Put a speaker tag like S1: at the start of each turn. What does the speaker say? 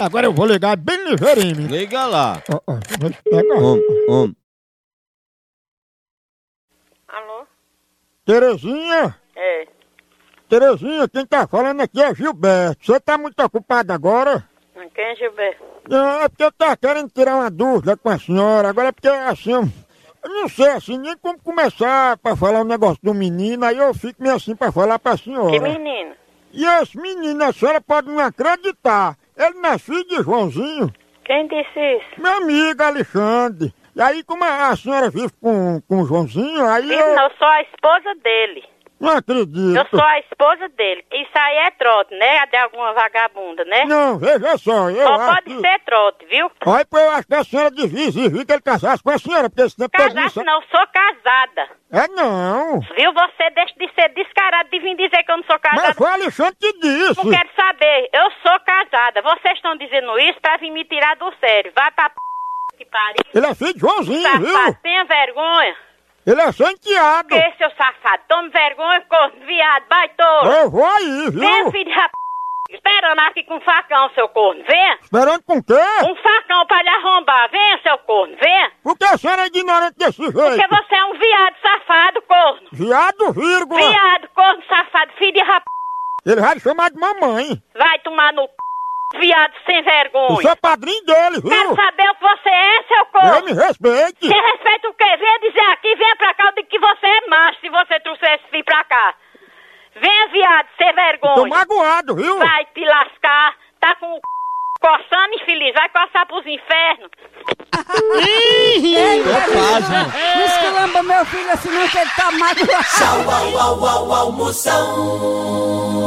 S1: Agora eu vou ligar bem ligeirinho.
S2: Liga lá.
S1: Ó, ó, deixa eu pegar.
S2: Om, om.
S3: Alô?
S1: Terezinha,
S3: É.
S1: Terezinha, quem tá falando aqui é Gilberto. Você tá muito ocupado agora?
S3: Quem é Gilberto?
S1: É, é porque eu tava querendo tirar uma dúvida com a senhora. Agora é porque, assim, eu eu não sei, assim, nem como começar pra falar o negócio do menino. Aí eu fico meio assim pra falar pra
S3: Que
S1: senhora.
S3: menino?
S1: E esse menino, a senhora pode não acreditar. Ele nasceu de Joãozinho.
S3: Quem disse isso?
S1: Meu amigo Alexandre. E aí, como a a senhora vive com, com o Joãozinho, aí
S3: Isso
S1: eu
S3: não, eu sou a esposa dele.
S1: não acredito.
S3: Eu sou a esposa dele. Isso aí é trote, né? É De alguma vagabunda, né?
S1: Não, é veja só, eu
S3: Só
S1: acho
S3: pode
S1: que...
S3: ser trote, viu?
S1: Olha, pô, eu acho que a senhora devia exigir que ele casasse com a senhora, porque esse tempo todinho
S3: Casasse
S1: só-
S3: não, sou casada.
S1: É não,
S3: Viu? Você deixa de ser descarado de vir dizer que eu não sou
S1: mas assim?
S3: casada.
S1: foi o Alexandre que disse.
S3: Não quero saber. Eu sou casada. Vocês estão dizendo isso pra vir me tirar do sério. Vai pra p... que pariu.
S1: Ele é filho de Joãozinho, viu?
S3: Safado, tenha vergonha.
S1: Ele é seu enteado.
S3: Que é, seu safado? Tome vergonha, corno, viado, baitouro.
S1: Eu vou aí,
S3: Vem,
S1: viu?
S3: filho da p... Esperando aqui com um facão, seu corno. Vem.
S1: Esperando com quê?
S3: Um facão pra lhe arrombar. Vem, seu corno, vem.
S1: Porque a senhora é ignorante desse
S3: Porque
S1: jeito.
S3: você é um viado safado, corno.
S1: Viado, vírgula.
S3: Viado, corno, safado, filho de rap...
S1: Ele vai lhe chamar de mamãe.
S3: Vai tomar no p... Viado sem
S1: Eu
S3: vergonha.
S1: sou padrinho dele,
S3: Quero
S1: viu?
S3: saber o que você é, seu
S1: Eu
S3: corno.
S1: me respeite.
S3: Se respeita o quê? Venha dizer aqui, venha pra cá, eu digo que você é macho se você trouxer esse filho pra cá. Venha, viado, sem
S1: Tô
S3: vergonha.
S1: magoado, viu?
S3: Vai te lascar. Tá com o c... coçando, infeliz. Vai coçar pros infernos.
S4: Não esculamba meu filho, senão que ele tá magoado.
S5: Tchau, au, au, au, almoção.